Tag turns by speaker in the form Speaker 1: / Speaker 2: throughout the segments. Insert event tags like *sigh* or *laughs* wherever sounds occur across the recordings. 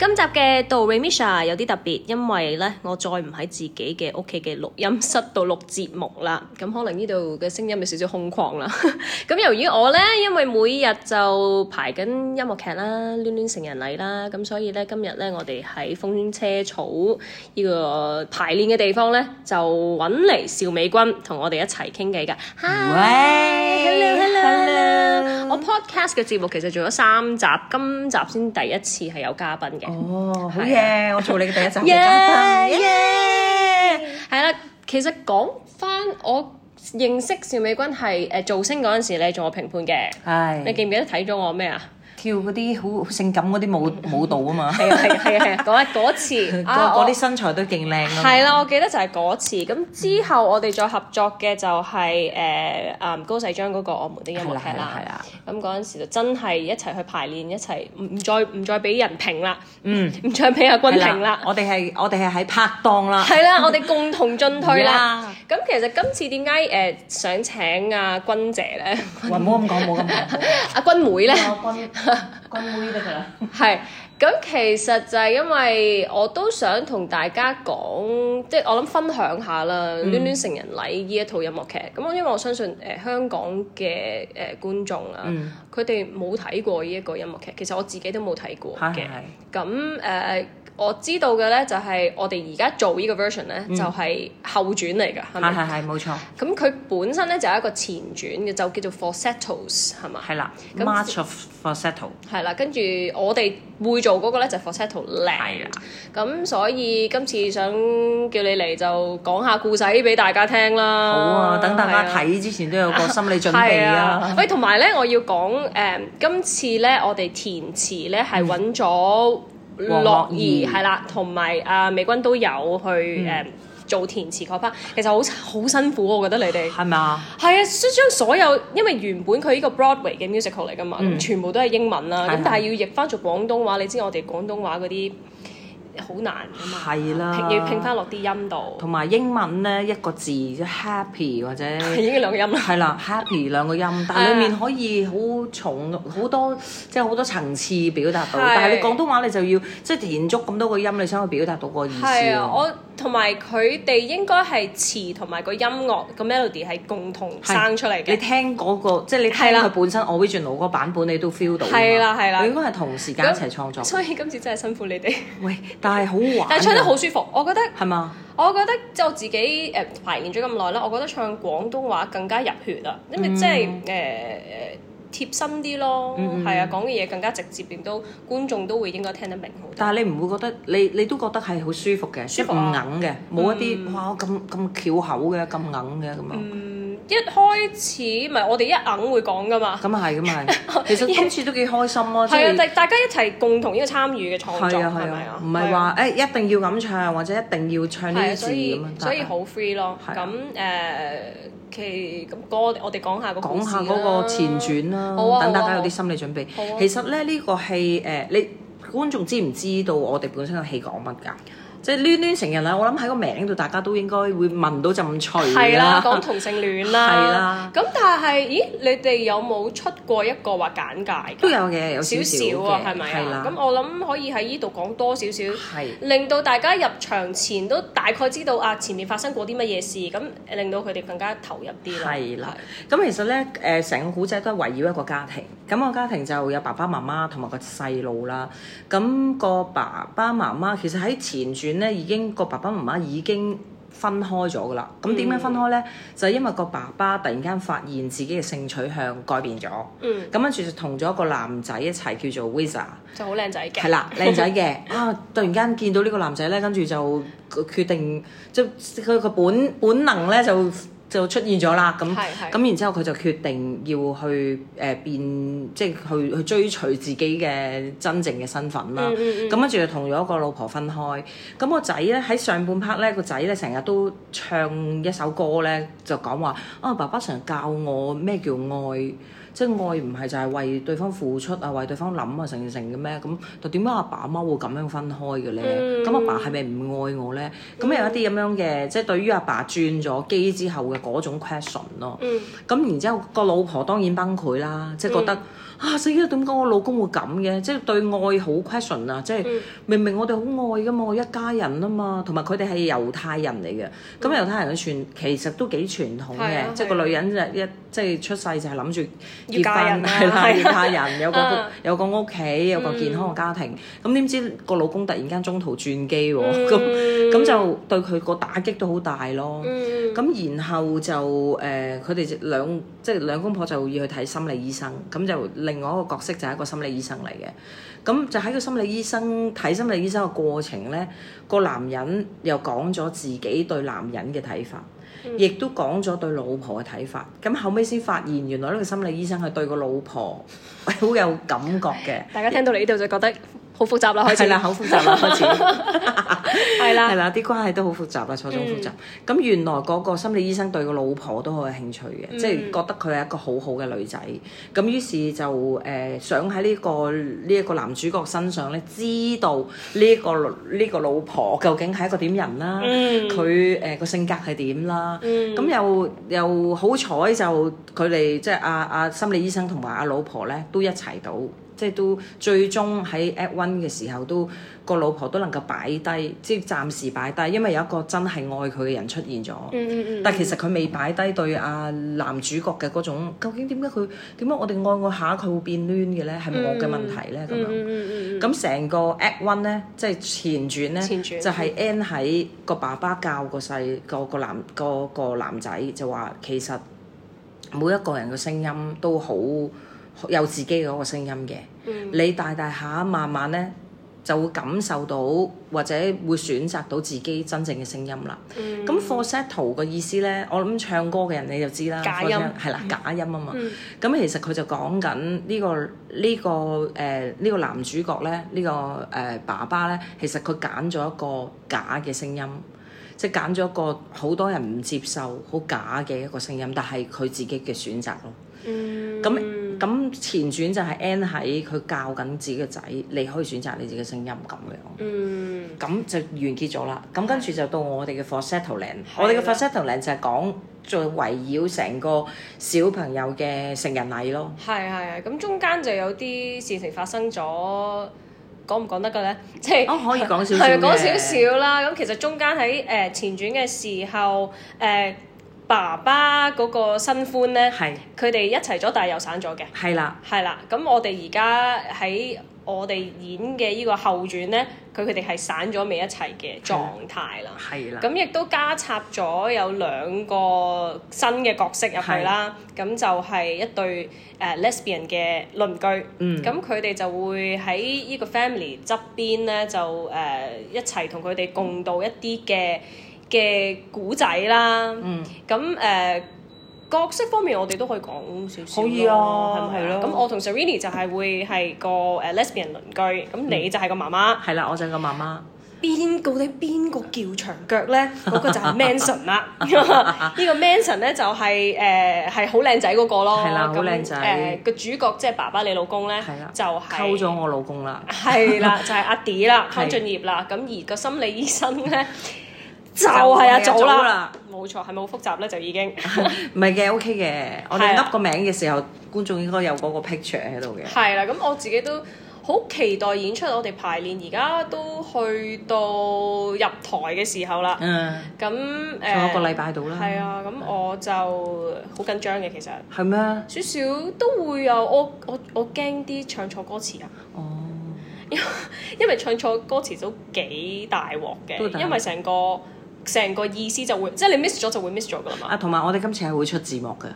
Speaker 1: 今集嘅 Do Re Mi Sha 有啲特別，因為咧我再唔喺自己嘅屋企嘅錄音室度錄節目啦，咁可能呢度嘅聲音有少少空曠啦。 *laughs* 咁由於我咧，因為每日就排緊音樂劇啦、攣攣成人禮啦，咁所以咧今日咧我哋喺風車草呢個排練嘅地方咧，就揾嚟邵美君同我哋一齊傾偈㗎。Hi，hello，hello，hello。我 podcast 嘅節目其實做咗三集，今集先第一次係有嘉賓嘅。
Speaker 2: 哦，好
Speaker 1: 係啊
Speaker 2: 嘢！我做你嘅第一集嘅嘉賓
Speaker 1: 耶係啦，其實講翻我認識邵美君係誒造星嗰陣時咧，做我評判嘅。你
Speaker 2: 係
Speaker 1: 記唔記得睇咗我咩啊？
Speaker 2: 跳嗰啲好性感嗰啲舞舞蹈啊嘛，
Speaker 1: *laughs* 係啊係啊係啊係啊，嗰一嗰次
Speaker 2: *laughs* 嗰
Speaker 1: 啊，
Speaker 2: 嗰
Speaker 1: 我
Speaker 2: 啲身材都勁靚啊嘛。
Speaker 1: 係啦，我記得就係嗰次。咁之後我哋再合作嘅就係誒誒高世章嗰個《我們的音樂劇》
Speaker 2: 係啦係
Speaker 1: 啦
Speaker 2: 啦。
Speaker 1: 咁嗰陣時就真係一齊去排練，一齊唔唔再唔再俾人評啦， *laughs*
Speaker 2: 嗯，
Speaker 1: 唔再俾阿君
Speaker 2: 係
Speaker 1: 評啦。
Speaker 2: 我哋係我哋係喺拍檔啦，
Speaker 1: 係啦，我哋共同進 *laughs* 退啦
Speaker 2: Yeah。
Speaker 1: *laughs* 咁其實今次點解誒想請阿君姐咧？
Speaker 2: 喂唔好咁講，唔好咁
Speaker 1: *laughs*
Speaker 2: 講。
Speaker 1: 阿君妹咧？
Speaker 2: 君君妹得㗎啦。
Speaker 1: 係，咁其實就係因為我都想同大家講，即係我諗分享下啦，
Speaker 2: 嗯
Speaker 1: 《亂亂成人禮》呢一套音樂劇。咁我因為我相信誒、呃香港嘅誒、呃、觀眾啊，
Speaker 2: 嗯
Speaker 1: 佢哋冇睇過呢一個音樂劇，其實我自己都冇睇過嘅
Speaker 2: 係係係。
Speaker 1: 咁誒、呃我知道嘅咧就係、我哋而家做呢個 version 咧，就係後傳嚟㗎，係
Speaker 2: 嗯係
Speaker 1: 咪？
Speaker 2: 係係，冇錯，
Speaker 1: 咁佢本身咧就係一個前傳嘅，就叫做 Falsettos 係嘛？
Speaker 2: 係啦。
Speaker 1: 咁
Speaker 2: March of Falsetto
Speaker 1: 係啦，跟住我哋會做嗰個咧就 f o r s e t t o
Speaker 2: 係
Speaker 1: 靚
Speaker 2: 啦，
Speaker 1: 咁所以今次想叫你嚟就講下故仔俾大家聽啦。
Speaker 2: 好啊，等大家
Speaker 1: 哦係啊。
Speaker 2: 睇之前都有個心理準
Speaker 1: 係
Speaker 2: 備
Speaker 1: 啊
Speaker 2: 啊，。
Speaker 1: 喂，同埋咧，我要講誒、今次咧，我哋填詞咧係揾咗
Speaker 2: 嗯黃
Speaker 1: 樂
Speaker 2: 樂嗯
Speaker 1: 兒
Speaker 2: 兒
Speaker 1: 係啦，同埋阿美君都有去誒、做填詞嗰 part，其實好好辛苦，我覺得你哋。
Speaker 2: 係咪啊？
Speaker 1: 係啊，將將所有，因為原本佢呢個 Broadway 嘅 musical 嚟噶嘛，咁全部都係英文啦。
Speaker 2: 嗯係
Speaker 1: 咁
Speaker 2: 係
Speaker 1: 但係要譯翻做廣東話，你知我哋廣東話嗰啲好難噶嘛，
Speaker 2: 係啊啦
Speaker 1: 拼要拼翻落啲音度，
Speaker 2: 同埋英文咧一個字即係
Speaker 1: *laughs*
Speaker 2: happy 或者
Speaker 1: 已經兩個音啦。
Speaker 2: 係啦，happy 兩個音，但係裡面可以好重好多，即係好多層次表達到。
Speaker 1: 係
Speaker 2: 但係你廣東話你就要即係填足咁多個音，你想去表達到個意思
Speaker 1: 係啊，
Speaker 2: 喎。
Speaker 1: 我同埋佢哋應該係詞同埋個音樂個 melody 係共同
Speaker 2: 係
Speaker 1: 生出嚟
Speaker 2: 你
Speaker 1: 嘅。
Speaker 2: 聽嗰個，即係你聽
Speaker 1: 係啦
Speaker 2: 佢本身 original 嗰個版本，你都 feel 到㗎嘛。
Speaker 1: 係啦係啦
Speaker 2: 你應該係同啊時間一齊創作。
Speaker 1: 所以今次真係辛苦你哋，
Speaker 2: 喂，但係好玩啊。
Speaker 1: 但係唱得好舒服，我覺得。
Speaker 2: 係嘛？
Speaker 1: 我覺得即係我自己誒、呃排練咗咁耐啦，我覺得唱廣東話更加入血啊，因
Speaker 2: 嗯
Speaker 1: 為即呃係誒誒貼身啲咯，係、
Speaker 2: 嗯
Speaker 1: 啊，講嘅嘢更加直接，令到觀眾都會應該聽得明好多。
Speaker 2: 但係你唔會覺得你你都覺得係好舒服嘅，
Speaker 1: 舒服
Speaker 2: 唔
Speaker 1: 啊嗯
Speaker 2: 硬嘅，冇一啲哇咁咁翹口嘅，咁硬嘅咁樣。
Speaker 1: 一開始咪我哋一硬會講噶嘛，
Speaker 2: 咁啊係，咁啊
Speaker 1: *laughs*
Speaker 2: 係。其實今次都幾開心咯，即
Speaker 1: 係啊，
Speaker 2: 係
Speaker 1: 大大家一齊共同呢個參與嘅創作係
Speaker 2: 係啊係
Speaker 1: 咪
Speaker 2: 啊
Speaker 1: 啊，？
Speaker 2: 唔係話誒一定要咁唱或者一定要唱呢
Speaker 1: 係啊，
Speaker 2: 啲字
Speaker 1: 所
Speaker 2: 咁
Speaker 1: 以
Speaker 2: 樣，
Speaker 1: 所以
Speaker 2: 但係
Speaker 1: 好 free 咯。
Speaker 2: 係
Speaker 1: 咁
Speaker 2: 啊
Speaker 1: 誒其咁歌我哋講下個故
Speaker 2: 講
Speaker 1: 事
Speaker 2: 下嗰個
Speaker 1: 啦
Speaker 2: 前傳啦
Speaker 1: 好啊，
Speaker 2: 等大
Speaker 1: 好啊
Speaker 2: 家有
Speaker 1: 好啊
Speaker 2: 啲心理準備
Speaker 1: 好啊。
Speaker 2: 其實咧呢個戲誒，你觀眾知唔知道我哋本身個戲講乜㗎？即係攣攣成人啦，我諗喺個名度大家都應該會聞到陣趣
Speaker 1: 係啦，講同性戀啦，
Speaker 2: 係啦
Speaker 1: 咁但係，咦？你哋有冇出過一個話簡介
Speaker 2: 都
Speaker 1: 㗎？
Speaker 2: 有嘅，有少
Speaker 1: 少
Speaker 2: 少
Speaker 1: 少啊，係咪啊？咁
Speaker 2: 啦，
Speaker 1: 我諗可以喺呢度講多少少，
Speaker 2: 係
Speaker 1: 令到大家入場前都大概知道啊前面發生過啲乜嘢事，咁令到佢哋更加投入啲啦。
Speaker 2: 係啦。咁其實咧，誒、成個古仔都係圍繞一個家庭。咁個家庭就有爸爸媽媽同埋個細路啦。咁、個爸爸媽媽其實喺前傳咧，已經個爸爸媽媽已經分開咗噶啦。咁點
Speaker 1: 嗯
Speaker 2: 樣分開咧？就係因為個爸爸突然間發現自己嘅性取向改變咗。
Speaker 1: 嗯，
Speaker 2: 咁跟住就同咗一個男仔一齊叫做 Visa。
Speaker 1: 就好靚仔嘅。
Speaker 2: 係啦，靚
Speaker 1: *laughs*
Speaker 2: 仔嘅啊！突然間見到呢個男仔咧，跟住就呃決定即係佢個本本能咧就就出現咗啦。咁
Speaker 1: 係係
Speaker 2: 咁然之後佢就決定要去誒、呃、變，即係去去追隨自己嘅真正嘅身份啦。
Speaker 1: 嗯
Speaker 2: 咁啊跟住就同咗個老婆分開。咁個仔咧喺上半 part 咧，個仔咧成日都唱一首歌咧，就講話啊，爸爸成日教我咩叫愛。即係愛唔係就係為對方付出啊，為對方諗啊，成成嘅咩？咁就點解阿爸阿媽會咁樣分開嘅咧？咁阿、爸係咪唔愛我咧？咁有一啲咁樣嘅，即係對於阿爸轉咗機之後嘅嗰種 question 咯。
Speaker 1: 嗯
Speaker 2: 咁然之後個老婆當然崩潰啦，即係覺得、啊死啦！點解我老公會咁嘅？即係對愛好 question 啊！即係
Speaker 1: 嗯
Speaker 2: 明明我哋好愛噶嘛，我一家人啊嘛，同埋佢哋係猶太人嚟嘅。咁猶太人嘅傳其實都幾傳統
Speaker 1: 嗯係啊
Speaker 2: 嘅，即
Speaker 1: 係
Speaker 2: 係
Speaker 1: 啊
Speaker 2: 個女人就一即係出世就係諗住
Speaker 1: 要嫁
Speaker 2: 結
Speaker 1: 人
Speaker 2: 婚
Speaker 1: 啊
Speaker 2: 係啦，
Speaker 1: 係啊
Speaker 2: 要嫁人
Speaker 1: *laughs*
Speaker 2: 有個
Speaker 1: 啊
Speaker 2: 有個屋企，有個健康嘅家庭。咁點知個老公突然間中途轉機喎，咁
Speaker 1: 嗯
Speaker 2: 咁就對佢個打擊都好大咯。
Speaker 1: 嗯
Speaker 2: 咁然後就誒，呃佢哋兩即係兩公婆就要去睇心理醫生，咁就另外一個角色就係一個心理醫生嚟嘅。咁就喺個心理醫生睇心理醫生嘅過程呢，個男人又講咗自己對男人嘅睇法，亦都講咗對老婆嘅睇法。咁後尾先發現，原來呢個心理醫生係對個老婆好有感覺嘅。
Speaker 1: 大家聽到嚟呢度就覺得哦好複雜啦，開始
Speaker 2: 係啦，好複雜啦，開始。
Speaker 1: 係啦嗯
Speaker 2: 係，啦，啲關係都好複雜啦，啊錯綜複雜。咁、原來嗰個心理醫生對個老婆都好有興趣嘅，
Speaker 1: 嗯
Speaker 2: 即係覺得佢係一個好好嘅女仔。咁於是就誒、呃想喺呢、個呢一、個男主角身上咧，知道呢、個呢、個老婆究竟係一個點人啦，
Speaker 1: 嗯
Speaker 2: 佢呃誒個性格係點啦。
Speaker 1: 嗯
Speaker 2: 咁又又好彩就佢哋即係阿阿心理醫生同埋阿老婆咧都一齊到，即係都最終喺 at one 嘅時候都個老婆都能夠擺低，即係暫時擺低，因為有一個真係愛佢嘅人出現咗。
Speaker 1: 嗯嗯嗯，
Speaker 2: 但其實佢未擺低對阿男主角嘅嗰種，究竟點解佢點解我哋愛愛下佢會變攣嘅咧？係咪我嘅問題咧？咁
Speaker 1: 嗯
Speaker 2: 樣。
Speaker 1: 嗯嗯嗯
Speaker 2: 咁成個 Act One 咧，即係前傳咧，
Speaker 1: 前傳嗯
Speaker 2: 就係 N 喺個爸爸教個細個個男個個男仔就話，其實每一個人嘅聲音都好有自己嗰個聲音嘅。
Speaker 1: 嗯
Speaker 2: 你大大下慢慢咧就會感受到或者會選擇到自己真正嘅聲音啦。
Speaker 1: 嗯
Speaker 2: 咁 falsetto 嘅意思咧，我諗唱歌嘅人你就知啦，
Speaker 1: 假音
Speaker 2: falsetto，係啦，假音啊嘛。
Speaker 1: 嗯
Speaker 2: 咁其實佢就講緊呢個呢、個呃誒呢、個男主角咧，呢、個誒、呃爸爸咧，其實佢揀咗一個假嘅聲音，即係揀咗一個好多人唔接受、好假嘅一個聲音，但係佢自己嘅選擇咯。
Speaker 1: 嗯
Speaker 2: 咁咁前傳就係 N 喺佢教緊自己嘅仔，你可以選擇你自己嘅聲音咁樣。
Speaker 1: 嗯
Speaker 2: 咁就完結咗啦。咁跟住就到我哋嘅 falsetto land，
Speaker 1: 係啦
Speaker 2: 我哋嘅 falsetto land 就係講再圍繞成個小朋友嘅成人禮咯。
Speaker 1: 係係係，咁中間就有啲事情發生咗，講唔講得嘅咧？ *laughs* 即係
Speaker 2: 哦可以講少少
Speaker 1: 係啊講
Speaker 2: 嘅
Speaker 1: 少少啦。咁其實中間喺誒、呃前傳嘅時候，誒、爸爸嗰個新歡咧，
Speaker 2: 係
Speaker 1: 佢哋一齊咗，但係又散咗嘅。
Speaker 2: 係啦，
Speaker 1: 係啦，咁我哋而家喺我哋演嘅呢個後傳咧，佢佢哋係散咗未一齊嘅狀態啦。
Speaker 2: 係啦。
Speaker 1: 咁亦都加插咗有兩個新嘅角色入去啦，咁就係一對誒、呃 lesbian 嘅鄰居，
Speaker 2: 嗯
Speaker 1: 咁佢哋就會喺呢個 family 側邊咧，就誒、呃一齊同佢哋共度一啲嘅嘅古仔啦。
Speaker 2: 嗯，
Speaker 1: 咁誒、呃角色方面，我哋都可以講少少咯。
Speaker 2: 可以啊
Speaker 1: 係咪啊
Speaker 2: 係咯
Speaker 1: 咁我同 Serrini 就係會係個誒 lesbian 鄰居，咁
Speaker 2: 嗯
Speaker 1: 你就係個媽媽。
Speaker 2: 係啦，我就係個媽媽，
Speaker 1: 邊個底邊個叫長腳
Speaker 2: *laughs*
Speaker 1: 咧？嗰、個就係 Manson 啦。 *laughs* 呢個 Manson 咧就係誒係好靚仔嗰個咯。
Speaker 2: 係啦好
Speaker 1: 咁
Speaker 2: 靚仔
Speaker 1: 誒個主角即係爸爸你老公咧
Speaker 2: 係啦，
Speaker 1: 就係
Speaker 2: 溝咗我老公啦。
Speaker 1: 係
Speaker 2: *laughs*
Speaker 1: 啦，就係阿 D 啦，
Speaker 2: 係
Speaker 1: 湯俊業啦。咁而個心理醫生
Speaker 2: *laughs*
Speaker 1: 咧就係阿祖
Speaker 2: 就係阿祖
Speaker 1: 啦
Speaker 2: 啦。
Speaker 1: 冇錯，係咪好複雜咧？就已經
Speaker 2: 唔係嘅，OK 嘅。我
Speaker 1: 係
Speaker 2: 哋
Speaker 1: 啦
Speaker 2: 噏個名嘅時候，觀眾應該有嗰個 picture 喺度嘅。
Speaker 1: 係啦。咁我自己都。好期待演出，我哋排練而家都去到入台嘅時候啦。
Speaker 2: 嗯，
Speaker 1: 咁誒，
Speaker 2: 仲有一個禮拜到啦。
Speaker 1: 係啊，咁我就好緊張嘅，其實
Speaker 2: 係咩？
Speaker 1: 少少都會有我我我驚啲唱錯歌詞啊， *laughs*
Speaker 2: 哦，
Speaker 1: 因為唱錯歌詞都幾大鑊
Speaker 2: 都
Speaker 1: 嘅，
Speaker 2: 大鑊
Speaker 1: 因為成個成個意思就會即係你 miss 咗就會 miss 咗噶啦嘛。
Speaker 2: 啊，同埋我哋今次係會出字幕嘅。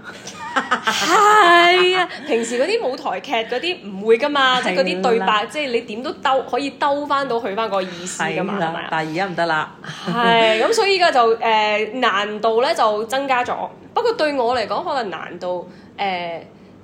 Speaker 2: 啊
Speaker 1: *laughs* 係啊， *laughs* 平時嗰啲舞台劇嗰啲唔會噶嘛，即係嗰啲對白，即係你點都兜可以兜翻到去翻個意思噶嘛，係咪
Speaker 2: 啦，
Speaker 1: 啊？
Speaker 2: 但係而家唔得啦。
Speaker 1: 係咁，所以依家就誒、呃、難度咧就增加咗。不過對我嚟講，可能難度誒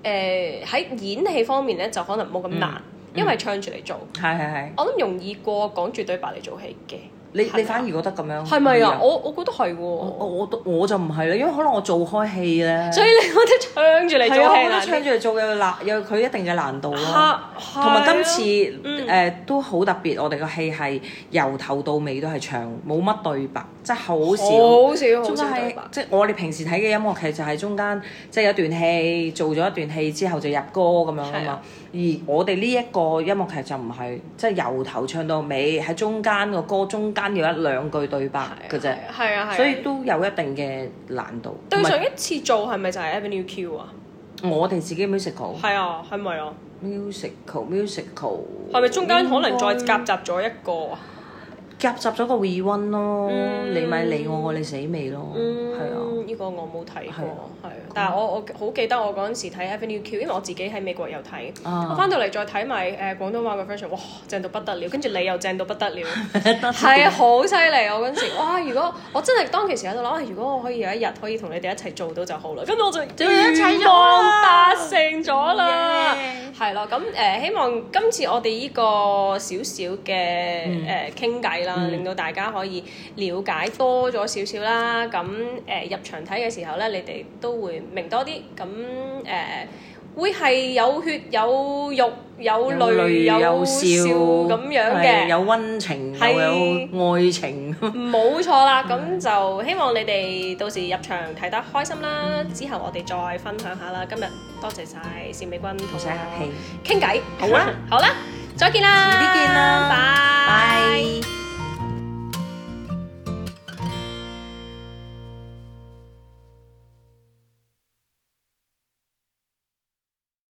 Speaker 1: 誒喺演戲方面咧，就可能冇咁難，
Speaker 2: 嗯
Speaker 1: 因為唱住嚟做，
Speaker 2: 係係係。
Speaker 1: 我諗容易過講住對白嚟做戲嘅。
Speaker 2: 你
Speaker 1: 係咪啊
Speaker 2: 你反而覺得咁樣
Speaker 1: 係咪
Speaker 2: 會
Speaker 1: 啊？
Speaker 2: 有
Speaker 1: 我我覺得係
Speaker 2: 我
Speaker 1: 喎，
Speaker 2: 我都我就唔係啦，因為可能我做開戲咧。
Speaker 1: 所以你覺得唱住嚟
Speaker 2: 係
Speaker 1: 做
Speaker 2: 啊，我
Speaker 1: 戲
Speaker 2: 覺得
Speaker 1: 難
Speaker 2: 唱
Speaker 1: 啲？
Speaker 2: 住嚟做嘅難，有佢一定嘅難度咯。
Speaker 1: 嚇
Speaker 2: 哦同埋今次
Speaker 1: 係啊
Speaker 2: 誒、都好特別，我哋個戲係由頭到尾都係唱，冇乜對白，真係好少。
Speaker 1: 好少好
Speaker 2: 中間
Speaker 1: 少對
Speaker 2: 係
Speaker 1: 白。
Speaker 2: 即係我哋平時睇嘅音樂劇就係中間即係有一段戲做咗一段戲之後就入歌咁樣啊
Speaker 1: 係
Speaker 2: 嘛
Speaker 1: 啊。
Speaker 2: 而我哋呢一個音樂劇就唔係即係由頭唱到尾，喺中間個歌中間有一兩句對白嘅啫，
Speaker 1: 係啊係啊。
Speaker 2: 所以都有一定嘅難度。
Speaker 1: 對
Speaker 2: 同
Speaker 1: 上
Speaker 2: 埋
Speaker 1: 一次做係咪就係 Avenue Q 啊？
Speaker 2: 我哋自己 musical
Speaker 1: 係啊，係咪啊？
Speaker 2: musical musical
Speaker 1: 係咪中間可能再夾雜咗一個啊？
Speaker 2: 夾雜咗個 rerun 咯？
Speaker 1: 嗯
Speaker 2: 你咪理我，我理死未咯？係啊。
Speaker 1: 呢個我冇睇過，
Speaker 2: 係啊
Speaker 1: 係啊。但係我我好記得我嗰陣時睇 Avenue Q，因為我自己喺美國有睇，
Speaker 2: 啊
Speaker 1: 我翻到嚟再睇埋誒廣東話嘅 version，哇，正到不得了！跟住你又正到不得了，
Speaker 2: *laughs* 得
Speaker 1: 係啊，好犀利！我嗰陣時，哇！如果我真係當其時喺度諗，啊如果我可以有一日可以同你哋一齊做到就好啦。跟住我就哎
Speaker 2: 一齊做
Speaker 1: 望
Speaker 2: 啦
Speaker 1: 達成咗啦
Speaker 2: 啊 Yeah，
Speaker 1: 係咯。咁誒，希望今次我哋呢個少少嘅誒傾偈啦，令到大家可以了解多咗少少啦。咁誒入場睇嘅時候咧，你哋都會明多啲。咁誒。會係有血有肉有淚
Speaker 2: 有
Speaker 1: 有
Speaker 2: 笑
Speaker 1: 笑咁樣嘅，
Speaker 2: 係有温情
Speaker 1: 係
Speaker 2: 又有愛情。 *laughs*
Speaker 1: 冇錯啦，咁就希望你哋到時入場睇得開心啦。之後我哋再分享下啦。今日多謝晒邵美君同
Speaker 2: 唔使客氣，
Speaker 1: 傾偈，啊
Speaker 2: *laughs* 好啦，
Speaker 1: 好啦，再見啦，
Speaker 2: 遲啲見啦。